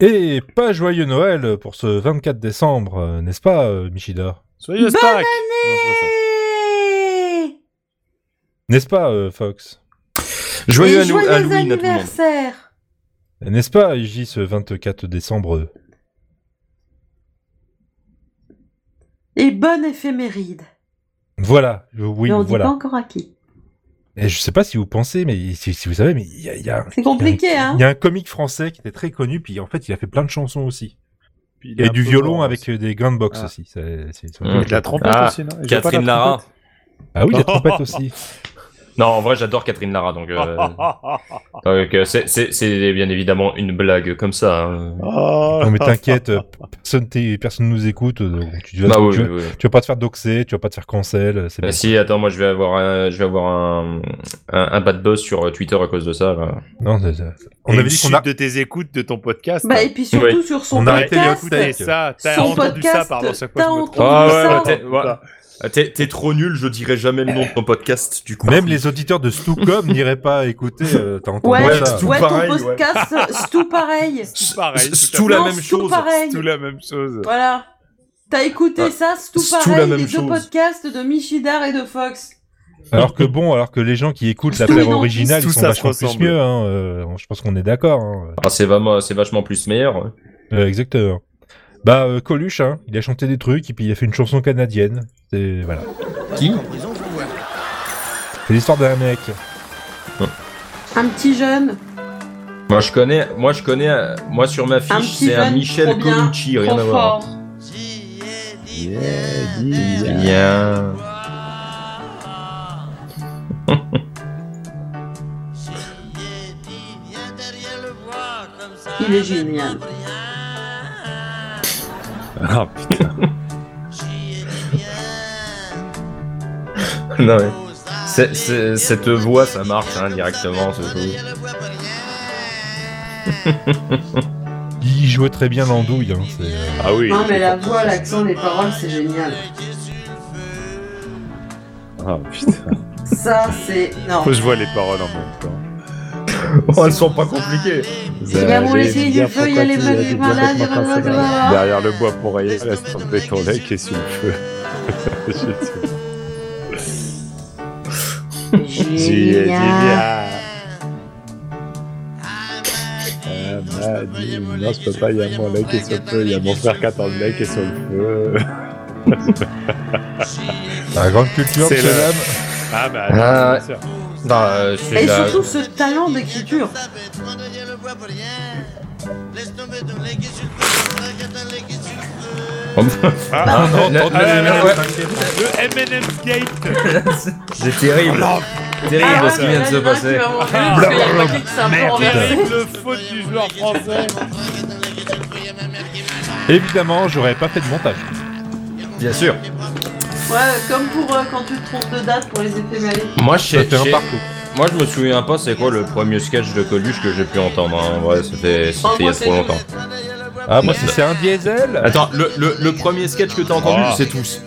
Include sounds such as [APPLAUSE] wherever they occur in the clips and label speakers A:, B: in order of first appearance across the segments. A: Et pas joyeux Noël pour ce 24 décembre, euh, n'est-ce pas, euh, Michida
B: Soyez
C: Bonne
B: Starak
C: Hey
A: N'est-ce pas, euh, Fox
C: Et
D: Joyeux, annou-
C: joyeux
D: Halloween à tout le monde.
C: anniversaire
A: N'est-ce pas, IJ, ce 24 décembre
C: Et bonne éphéméride.
A: Voilà, euh, oui,
C: Mais on dit pas
A: voilà.
C: encore à qui.
A: Et je sais pas si vous pensez, mais si, si vous savez, mais il y a, il y a-
C: C'est compliqué, hein
A: il y a un comique français qui était très connu, puis en fait, il a fait plein de chansons aussi.
B: Puis il est
A: Et
B: un
A: du
B: peu
A: violon
B: mort,
A: avec euh, des grand box
B: Ah.
A: aussi. c'est- c'est- c'est-
D: Mm.
B: Et de la trompette
D: Ah,
B: aussi, non J'ai hein. pas
D: Catherine
B: la
D: Lara.
A: Ah oui, la trompette
B: [LAUGHS]
A: aussi.
D: Non, en vrai, j'adore Catherine Lara, donc, [LAUGHS] euh,
B: trompette.
D: donc, euh, c'est- c'est c'est bien évidemment une blague comme ça. hein.
C: Ah.
B: Oh,
A: Non, mais t'inquiète, euh, personne, t'est- personne nous écoute, euh, donc tu vas,
D: Bah oui,
A: tu vas-
D: oui, oui.
A: tu vas pas te faire doxer, tu vas pas te faire cancel, euh, c'est
D: Bah
A: bien.
D: si, attends, moi je vais avoir un, je vais avoir un, un, un bad buzz sur euh, Twitter à cause de ça. là.
A: Non, c'est- c'est-
B: On
A: on avait dit qu'on a...
B: de tes écoutes de ton podcast.
C: Bah, et puis surtout sur son
A: On a arrêté
C: podcast.
A: les
B: C'est ça, t'as
C: Son
B: entendu ça,
C: podcast,
B: pardon, chaque fois
C: t'as
B: je me
C: entendu
B: trompe.
C: Ah ouais, ça.
D: ouais, t'es- ouais. Ah, T'es t'es trop nul, je dirai jamais le nom de ton podcast, du coup.
A: Même les auditeurs de Stucom n'iraient pas écouter, euh, t'as entendu
C: Ouais,
D: Ouais,
A: ça
D: c'est tout
C: ouais,
D: pareil,
C: ton podcast, c'est tout pareil.
B: [LAUGHS] Tout pareil,
D: C'est
B: tout
D: tout la
C: Non,
D: même
C: c'est tout
D: chose.
C: pareil.
B: à- tout la même chose.
C: Voilà. T'as écouté
D: Ouais.
C: ça, c'est tout
D: Ah, C'est tout
C: pareil,
D: la même
C: les deux
D: chose.
C: podcasts de Michidar et de Fox.
A: Alors que bon, alors que les gens qui écoutent la
C: Tout
A: paire
C: est dans-
A: originale,
B: tout
A: ils sont
B: ça se
A: vachement plus
B: ressemble.
A: mieux, hein, euh, je pense qu'on est d'accord. hein.
D: Ah, c'est vraiment, c'est vachement plus meilleur. hein.
A: Euh, exactement. Bah, euh, Coluche, hein, il a chanté des trucs, et puis il a fait une chanson canadienne. C'est... Voilà.
D: Qui
A: C'est l'histoire d'un mec.
C: Un petit jeune.
D: Moi je connais, moi je connais, euh, moi sur ma
C: Un
D: fiche
C: petit
D: c'est un
C: jeune,
D: Michel
C: trop bien,
D: Colucci, rien
C: trop
D: à voir.
C: fort. Bah,
D: Bien.
C: Il est génial.
B: Ah putain.
D: Non, ouais. C'est- c'est- cette voix, ça marche hein, directement. ce truc.
A: Il jouait très bien l'andouille. hein, c'est, euh,
B: Ah oui.
C: Non, mais la voix, l'accent, les paroles, c'est génial.
B: Ah putain.
C: Ça, c'est. Non.
B: Faut que je vois les paroles en même temps.
A: [LAUGHS]
D: Oh, elles sont pas compliquées.
C: Il
A: Bah,
C: va vous laisser du feu, il y a les vagues, les malades, il y a les malades.
B: Derrière le bois pour rayer, laisse tomber ton lait qui est sous le feu. [LAUGHS] Je sais.
D: Bah,
B: J'y ai dit
C: Génial.
B: bien. Ah, bah, dis, non, je peux pas, il y a mon lait qui est sur le feu, il y a mon frère qui attend le lait qui est sur le feu.
A: La grande culture,
B: C'est
A: monsieur
B: le-
A: Lam.
B: Ah bah,
D: Ah,
B: bien sûr.
D: Non, euh, c'est
C: Et
D: la-
C: surtout ce talent d'écriture.
D: Ah,
B: Ah,
A: Ah, non,
D: la-
A: entendu,
D: la-
A: la-
D: la-
A: la-
D: ouais.
B: le M&M's Gate [LAUGHS]
D: C'est terrible. Terrible
C: Ah,
D: bah, ce qui vient de se
C: là, tu
D: passer.
C: vas m'en rire, parce qu'il y a le paquet qui s'est un peu renversé.
B: Terrible faute du joueur français
A: Évidemment, j'aurais pas fait de montage.
D: Bien sûr.
C: Ouais, comme pour euh, quand tu te trompes de date pour les éphémérides.
D: Moi je,
A: Ça fait un
D: je-
A: parcours.
D: moi, je me souviens pas c'est quoi le premier sketch de Coluche que j'ai pu entendre. hein. En vrai, c'était
C: Oh,
D: c'était il y a trop longtemps.
A: Ah, moi, c'est, c'est un diesel.
D: Attends, le, le, le premier sketch que t'as entendu,
B: Oh.
D: c'est tous.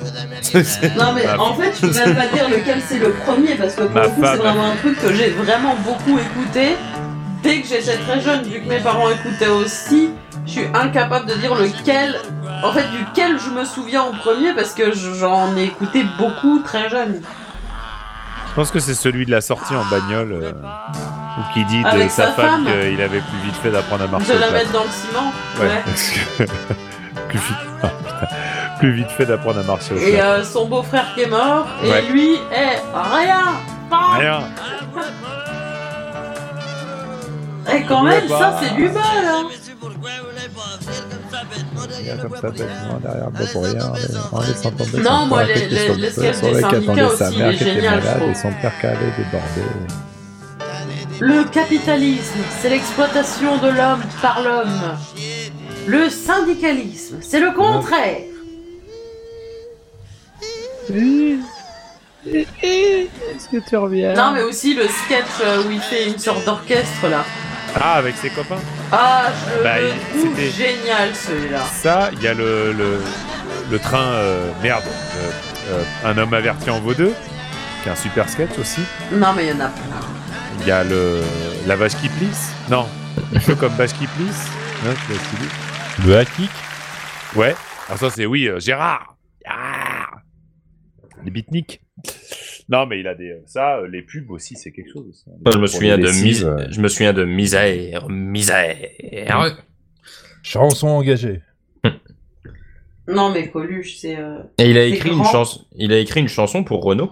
C: Non mais en fait, je peux même pas dire lequel c'est le premier parce que pour
B: Ma
C: le coup, c'est
B: femme.
C: vraiment un truc que j'ai vraiment beaucoup écouté. Dès que j'étais très jeune, vu que mes parents écoutaient aussi, je suis incapable de dire lequel, en fait, duquel je me souviens en premier parce que j'en ai écouté beaucoup très jeune.
B: Je pense que c'est celui de la sortie en bagnole euh, où qui dit de
C: Avec
B: sa
C: sa
B: femme
C: femme.
B: qu'il avait plus vite fait d'apprendre à marcher.
C: De la
B: au
C: mettre dans le ciment.
B: plat. Ouais,
C: Ouais.
B: parce que- [LAUGHS] plus, vite... ah, putain. Plus vite fait d'apprendre à marcher au
C: Et
B: plat.
C: euh, son beau-frère qui est mort.
B: Ouais.
C: Et lui est rien. Pas.
B: Rien.
C: Et quand même, ça c'est du mal. Hein.
B: Rien comme ça, bêtement, derrière
C: Ah,
B: le bas pour rien, en laissant tomber
C: Non,
B: son
C: moi,
B: père
C: les-
B: qui était
C: les-
B: sur le
C: les
B: feu,
C: sketchs
B: sur
C: des
B: lequel attendait
C: syndicats
B: sa
C: aussi,
B: mère
C: il est
B: qui était
C: génial, je
B: malade
C: trouve.
B: et son père qui allait déborder.
C: Le capitalisme, c'est l'exploitation de l'homme par l'homme. Le syndicalisme, c'est le contraire.
E: Est-ce que tu reviens
C: Non, mais aussi le sketch euh, où il fait une sorte d'orchestre là.
B: Ah, avec ses copains
C: Ah, je
B: Bah, il-
C: le trouve
B: c'était-
C: génial celui-là.
B: Ça, il y a le, le, le train, euh, merde, euh, euh, Un homme averti en vaut deux, qui est un super sketch aussi.
C: Non, mais il y en a plein.
B: Il y a le, la vache qui plisse, non, un peu comme vache qui plisse. Hein, c'est stylé.
A: Le hacky
B: ouais. Ah, ça, c'est oui, euh, Gérard. Gérard. Les beatniks. Non, mais il a des. Ça, euh, les pubs aussi, hein. c'est quelque chose. ça.
D: Je me souviens de
B: lessives,
D: mise,
B: euh.
D: je me souviens de misère, misère.
A: Chanson engagée.
C: Non, mais Coluche, c'est. euh,
D: Et il a
C: C'est
D: écrit une
C: grand.
D: chanson, il a écrit une chanson pour Renault.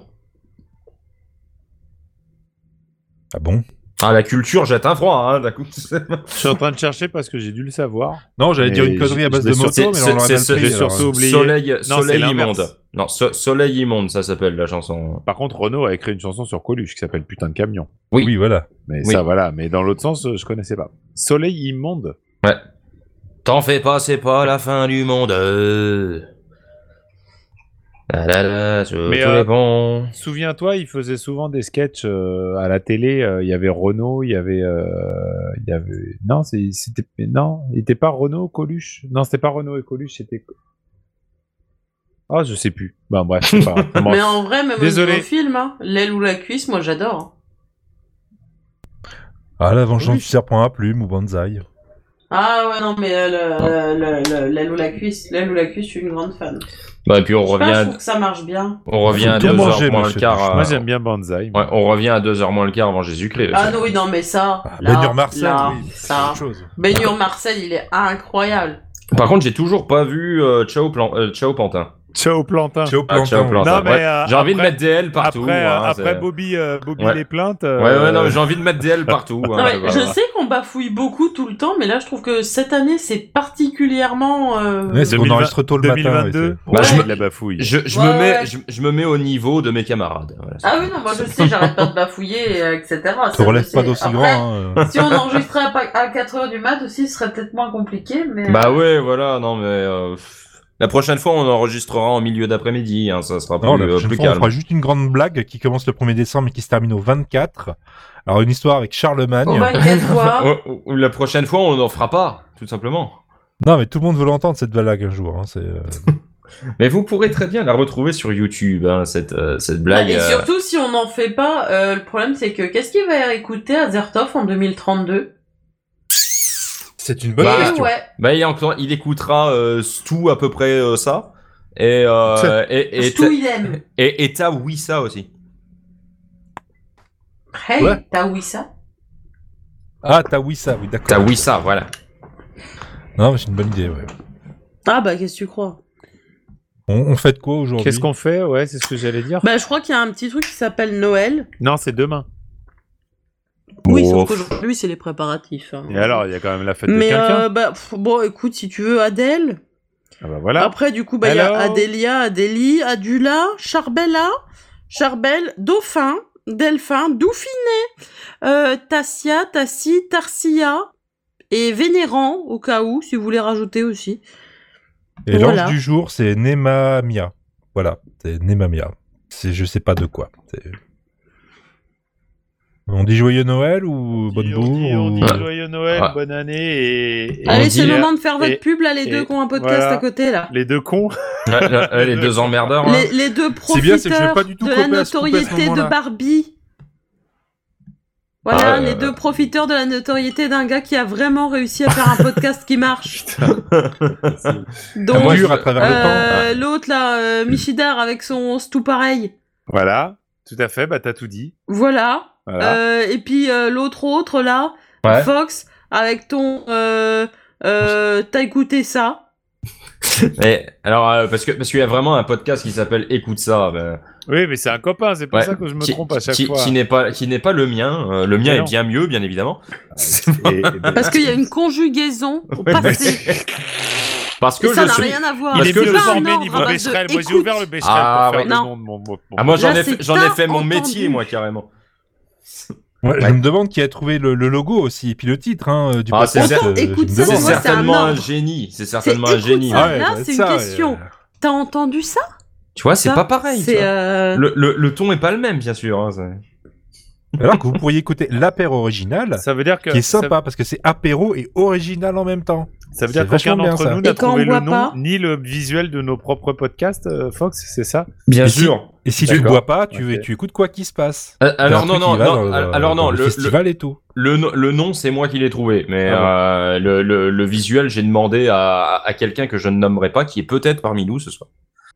A: Ah bon
D: Ah la culture jette un froid, hein, d'un coup. C'est
B: Je suis en train de chercher parce que j'ai dû le savoir.
A: Non, j'allais
B: Mais
A: dire une
B: je-
A: connerie à base
B: je l'ai
A: de moto,
D: c'est-
A: mais on l'aurait
D: c'est-
A: mal
D: c'est-
A: pris.
B: j'ai
A: alors. euh.
B: surtout oublié.
D: Soleil,
B: Non, c'est
D: soleil
B: l'inverse.
D: immonde. Non, so- soleil immonde, ça s'appelle la chanson.
B: Par contre, Renault a écrit une chanson sur Coluche qui s'appelle Putain de camion.
A: Oui, voilà.
B: Mais
D: Oui.
B: ça, voilà. Mais dans l'autre sens, euh, je connaissais pas. Soleil immonde.
D: T'en fais pas, c'est pas la fin du monde. Euh. La la la, sur
B: Mais,
D: tous
B: euh,
D: les ponts.
B: Souviens-toi, il faisait souvent des sketchs euh, à la télé. euh, Il y avait Renault, il y avait, euh, il y avait. Non, c'est- c'était non, il était pas Renault Coluche. Non, c'était pas Renault et Coluche, c'était. Ah, je sais plus. Bah bref, c'est pas.
C: [LAUGHS]
B: grave. Comment-
C: Mais en vrai, même
B: Désolé.
C: au niveau film, hein, l'aile ou la cuisse, moi j'adore.
A: Ah, la vengeance
B: Oui.
A: du serpent à plumes ou Banzai.
C: Ah ouais, non, mais euh, le- le- le- l'aile ou la cuisse, l'aile ou la cuisse, je suis une grande fan.
D: Bah, et puis on
C: Je sais pas, je
D: revient,
C: trouve que ça marche bien.
D: on revient
A: Faut
D: à
A: tout
D: 2h
A: manger,
D: moins le
A: monsieur
D: quart.
A: Duchamp.
D: euh,
B: Moi, j'aime bien Banzai.
D: ouais, on revient à 2h moins le quart avant Jésus-Christ.
C: Ah non, oui, non, mais ça.
A: Ah,
C: là,
A: Baigneur Marcel,
C: là,
A: oui, c'est
C: ça.
A: autre chose.
C: Baigneur Marcel, il est incroyable.
D: Par contre, j'ai toujours pas vu euh, Ciao, Plan- euh, Ciao Pantin.
B: Ciao Plantin.
A: Ciao
D: Ah, Ciao
A: Plantin.
D: Plantin.
B: Non, mais,
D: Ouais,
B: euh,
D: j'ai envie de
B: après-
D: mettre DL partout.
B: après,
D: hein,
B: après
D: c'est-
B: Bobby, euh, Bobby
D: Ouais.
B: les plaintes. euh,
D: Ouais, ouais, non, mais j'ai envie de mettre DL partout. hein,
C: Non, mais
D: voilà.
C: je sais qu'on bafouille beaucoup tout le temps, mais là je trouve que cette année c'est particulièrement. euh,
A: Ouais, c'est qu'on
B: 2020
A: enregistre tôt le matin.
B: 2022.
A: ouais,
D: Bah,
B: Ouais,
D: je me-
B: de la bafouille.
D: Je, je
C: Ouais,
D: me mets,
C: ouais.
D: je, je me mets au niveau de mes camarades. voilà.
C: Ah oui, non, moi je sais, j'arrête pas de bafouiller, euh, etc. Ça,
A: c'est- Ça relève
C: je
A: pas
C: sais.
A: d'aussi
C: Après,
A: grand. hein, euh.
C: Si on enregistrait à, pa- à 4h du mat aussi, ce serait peut-être moins compliqué, mais.
D: Bah ouais, voilà, non mais euh, pff, la prochaine fois on enregistrera en milieu d'après-midi, hein, ça sera plus,
A: Non, la
D: euh,
A: prochaine
D: plus
A: fois, on
D: calme.
A: fera juste une grande blague qui commence le 1er décembre et qui se termine au 24. Alors, une histoire avec Charlemagne.
C: Au
D: [LAUGHS]
C: 24 fois.
D: Oh, Ou- ou- ou la prochaine fois on n'en fera pas, tout simplement.
A: Non, mais tout le monde veut l'entendre, cette blague, un jour. hein, c'est, euh,
D: Mais vous pourrez très bien la retrouver sur YouTube, hein, cette, euh, cette
C: Ah,
D: blague.
C: Et
D: euh,
C: surtout, si on n'en fait pas, euh, le problème c'est que qu'est-ce qu'il va écouter à Zertov en 2032
A: C'est une bonne
D: Bah,
C: Et
A: question.
C: ouais,
D: Bah il, encore, il écoutera euh, Stu à peu près euh, ça. Et, euh, et, et,
C: tout il aime.
D: et, et t'as oui ça aussi.
C: Hey,
A: Ouais.
C: t'as oui ça
A: Ah, t'as oui ça, oui, d'accord.
D: T'as oui ça, voilà.
A: Non, mais c'est une bonne idée, ouais.
C: Ah bah qu'est-ce que tu crois
A: On, on fait de quoi aujourd'hui
B: Qu'est-ce qu'on fait Ouais, c'est ce que j'allais dire.
C: Bah je crois qu'il y a un petit truc qui s'appelle Noël.
B: Non, c'est demain.
C: Oui,
D: Oh,
C: sauf
D: pff.
C: qu'aujourd'hui c'est les préparatifs. hein.
B: Et alors, il y a quand même la fête
C: Mais
B: de quelqu'un.
C: euh, bah, pff, bon, écoute, si tu veux, Adèle.
B: Ah bah voilà.
C: Après, du coup, bah, il y a
B: Hello.
C: Adélia, Adélie, Adula, Charbella, Charbel, Dauphin, Delphin, Dauphiné, euh, Tassia, Tassi, Tarsia et Vénérant, au cas où, si vous voulez rajouter aussi.
A: Et
C: Voilà.
A: l'ange du jour, c'est Nemamia. Voilà, c'est Nemamia. C'est je sais pas de quoi. C'est- On dit joyeux Noël ou bonne
B: on dit, on dit
A: bourre ou... Ah,
B: joyeux Noël,
D: Ouais.
B: bonne année et, et-
D: On
C: Allez,
D: dit,
C: c'est le
B: euh,
C: moment de faire votre
B: et-
C: pub, là, les
B: et
C: deux qui ont un podcast
B: voilà.
C: à côté, là.
B: les deux cons. [LAUGHS]
D: Ouais, là, là, les deux emmerdeurs. hein. là.
C: Les, les deux
A: C'est
C: profiteurs
A: bien, c'est que je vais pas du tout
C: de la
A: couper à ce- couper à ce
C: notoriété
A: moment-là.
C: de Barbie. Voilà,
D: Ah,
C: les
D: euh,
C: deux profiteurs de la notoriété d'un gars qui a vraiment réussi à faire un podcast qui
D: [LAUGHS]
C: marche.
D: Ah,
C: [LAUGHS] Donc,
D: moi,
A: Dur
D: je-
A: à travers le temps. Ah.
C: euh, l'autre là, euh, Michidar avec son tout pareil.
B: Voilà, tout à fait. Bah t'as tout dit.
C: Voilà.
B: Voilà.
C: Euh, et puis euh, l'autre autre là,
D: Ouais.
C: Fox avec ton. Euh, euh, T'as écouté ça
D: Et, alors, euh, parce que parce qu'il y a vraiment un podcast qui s'appelle Écoute ça. ben,
B: Oui, mais c'est un copain. C'est pour
D: ouais,
B: ça que je me
D: qui-
B: trompe à chaque
D: qui-
B: fois.
D: Qui n'est pas qui n'est pas le mien. euh, le mien
B: Mais
D: est
B: non.
D: bien mieux,
C: [LAUGHS]
D: bien évidemment.
B: Et- ben, et- et-
C: Parce qu'il y a une conjugaison au passé.
D: [LAUGHS] Parce
C: Et
D: que
C: ça
D: je
C: n'a
D: suis.
C: rien à voir.
B: Il
D: Parce
B: est
D: que
B: mieux
D: je suis-
B: formé niveau
C: Bah, Écoute.
B: Becherel. Moi, j'ai ouvert le Becherel
D: Ah,
B: pour
D: ouais.
B: faire le
C: Non.
B: nom de mon. mon- mon-
D: Ah, moi j'en
C: Là,
D: ai fait-
C: c'est Ah,
D: j'en ai
C: pas
D: fait mon
C: entendu.
D: métier moi carrément.
A: Ouais,
D: Ouais.
A: Je me demande qui a trouvé le, le logo aussi, et puis le titre hein, du
D: Ah, c'est
A: podcast.
D: cer-
A: euh, je me
C: écoute, ça,
D: C'est
A: demande.
C: moi, c'est un
D: certainement un,
C: ordre.
D: génie. C'est certainement un
C: Écoute
D: génie.
C: ça.
D: ouais.
C: Là,
A: ouais,
C: c'est une
A: ça,
C: question.
F: euh,
A: ouais.
C: T'as entendu ça
D: Tu vois, c'est
C: Ça,
D: pas pareil. tu
C: C'est.
D: vois.
C: euh,
D: Le, le, le ton est pas le même, bien sûr. hein, c'est-
A: Alors que vous pourriez écouter l'apéro original,
B: Ça veut dire que
A: qui est
B: ça-
A: sympa parce que c'est apéro et original en même temps.
B: Ça veut
A: C'est
B: dire qu'aucun
A: vachement bien,
B: d'entre
A: ça.
B: nous n'a
F: Et quand on
B: trouvé le
F: boit
B: nom
F: pas
B: ni le visuel de nos propres podcasts, euh, Fox, c'est ça
D: Bien
A: Mais si- Et si tu ne
B: D'accord.
A: bois pas, tu,
B: Ok.
A: tu écoutes quoi qui se passe.
D: Euh,
A: T'as
D: alors
A: un
D: non,
A: truc
D: non,
A: qui va dans
D: non,
A: le-
D: al- alors
A: dans
D: non,
A: le,
D: le, le,
A: festival et tout.
D: le nom- le nom c'est moi qui l'ai trouvé, mais
A: Ah
D: euh, le, le- le visuel j'ai demandé à, à quelqu'un que je ne nommerai pas, qui est peut-être parmi nous ce soir,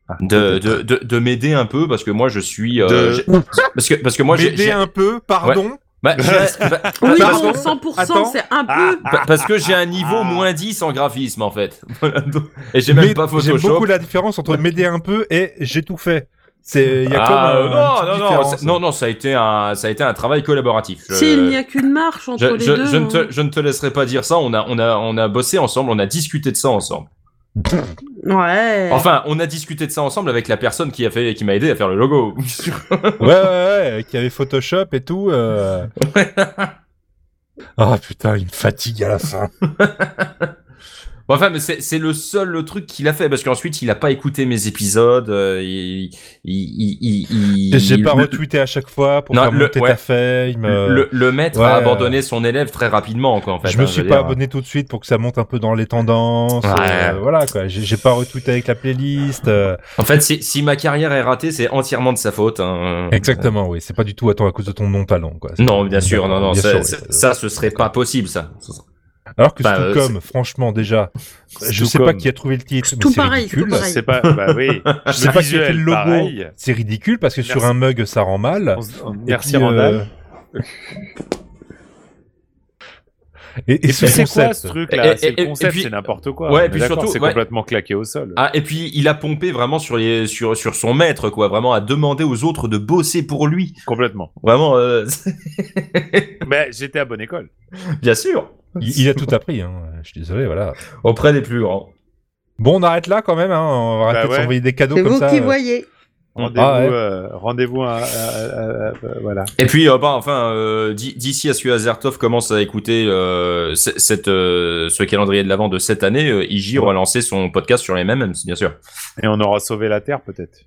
A: Ah,
D: de, de, de, de m'aider un peu parce que moi je suis, euh,
B: De-
D: j'ai- parce que parce que moi j'ai,
G: M'aider
D: j'ai-
G: un peu, pardon.
D: [LAUGHS] bah,
A: [LAUGHS]
D: j'ai- bah,
C: Oui,
G: Attends,
C: bon,
G: attends.
C: 100%, c'est un peu.
D: pa- parce que j'ai un niveau moins 10 en graphisme en fait, [LAUGHS] et j'ai même
A: Ah. Mais
D: pas
A: J'aime beaucoup
D: Photoshop.
A: la différence
D: [LAUGHS]
A: entre m'aider un peu et j'ai tout fait. C'est il y a
D: Ah,
A: comme euh, une petite
D: non, non, non,
A: différence.
D: c'est- non, non, ça a été un, ça a été un travail collaboratif. Je-
C: Si, il n'y a qu'une marche entre
D: Je,
C: les
D: je-
C: deux.
D: je ne
C: hein.
D: te, je ne te laisserai pas dire ça. On a, on a, on a bossé ensemble. On a discuté de ça ensemble.
C: Ouais.
D: Enfin, on a discuté de ça ensemble avec la personne qui a fait, qui m'a aidé à faire le logo. [LAUGHS]
A: Ouais, ouais, ouais, qui avait Photoshop et tout.
D: [LAUGHS]
A: euh. Ah putain, il me fatigue à la fin.
D: Bon, enfin, mais c'est c'est le seul le truc qu'il a fait parce qu'ensuite il a pas écouté mes épisodes. euh, il, il, il, il- il-
A: J'ai pas
D: le-
A: retweeté à chaque fois pour
D: Non,
A: faire
D: le-
A: monter
D: ouais.
A: ta fame. euh.
D: Le, le maître a
A: Ouais.
D: abandonné son élève très rapidement, quoi. En fait,
A: je me
D: hein,
A: suis
D: veux
A: pas
D: dire.
A: abonné tout de suite pour que ça monte un peu dans les tendances.
D: Ouais.
A: euh, voilà quoi. J'ai j'ai pas retweeté avec la playlist. euh.
D: En fait, si, si ma carrière est ratée, c'est entièrement de sa faute. hein.
A: Exactement, oui. C'est pas du tout attends à cause de ton non talent quoi. C'est-
D: Non, bien sûr, non, non,
A: Bien
D: ça,
A: sûr, oui,
D: ça-
A: ça-
D: ça, ce serait pas possible, ça.
A: Alors que
D: Bah, euh,
A: Stucom, franchement déjà, je
B: Stucom.
A: sais pas qui a trouvé le titre, mais
C: tout
A: c'est
C: pareil, tout
A: ridicule.
C: pareil.
B: C'est pas. Bah oui.
A: Je sais pas qui a fait le logo.
B: pareil.
A: C'est ridicule parce que sur
B: Merci.
A: un mug ça rend mal.
B: On se- on-
A: Et
B: Merci
A: puis, euh,
B: Randall.
A: Et, et
B: Et
A: ce
B: puis c'est quoi
A: concept.
B: ce truc là
D: Et-
B: C'est
D: et- et
B: le concept,
D: puis-
B: c'est n'importe quoi.
D: Ouais,
B: On est
D: et puis
B: d'accord,
D: surtout,
B: c'est
D: ouais.
B: complètement claqué au sol.
D: Ah, et puis il a pompé vraiment sur, les, sur, sur son maître, quoi. Vraiment à demander aux autres de bosser pour lui.
B: Complètement.
D: Vraiment, euh, [LAUGHS]
B: Mais j'étais à bonne école.
D: bien sûr.
A: Il, il a tout appris. Hein. Je suis désolé, voilà.
D: Auprès des plus grands.
A: Bon, on arrête là quand même. Hein. On va
B: Bah
A: arrêter
B: ouais.
A: de s'envoyer des cadeaux
F: C'est
A: comme
F: vous
A: ça.
F: qui
A: euh.
F: voyez.
B: Rendez-vous,
A: Ah, ouais.
B: euh, rendez-vous, à- à- à- à- à- voilà.
D: Et puis, euh, bah, enfin, euh, d- d'ici à ce que Azertov commence à écouter euh, c- cette, euh, ce calendrier de l'avant de cette année, euh, Iji aura lancé son podcast sur les MMM, bien sûr.
B: Et on aura sauvé la terre peut-être.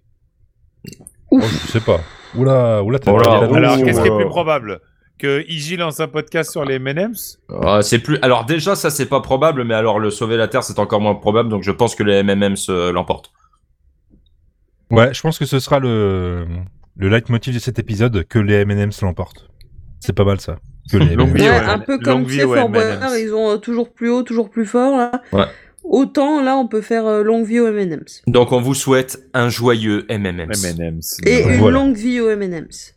A: Oh, je sais pas. Oula, oula, t'as
D: Oh là,
A: pas dit la-
B: Alors
D: ouh,
B: qu'est-ce qui est
D: euh.
B: plus probable que Iji lance un podcast sur les M&M's
D: Euh, c'est plus. Alors déjà, ça c'est pas probable, mais alors le sauver la Terre c'est encore moins probable, donc je pense que les MMM se l'emportent.
A: Ouais, je pense que ce sera le, le leitmotiv de cet épisode que les M&M's l'emportent. C'est pas mal ça. Que les
B: Longue
A: M&M's.
B: vie
F: Ouais,
B: aux
F: un
B: M-
F: peu
B: longue
F: comme tu
B: vie
F: sais,
B: aux
F: Fort
B: M&M's.
F: Boyard, ils ont euh, toujours plus haut, toujours plus fort. Là.
D: Ouais.
F: Autant là, on peut faire euh, longue vie aux M&M's.
D: Donc on vous souhaite un jojoyeux MMM.
B: M&M's.
F: Et
A: Ouais.
F: une
A: Voilà.
F: longue vie aux M&M's.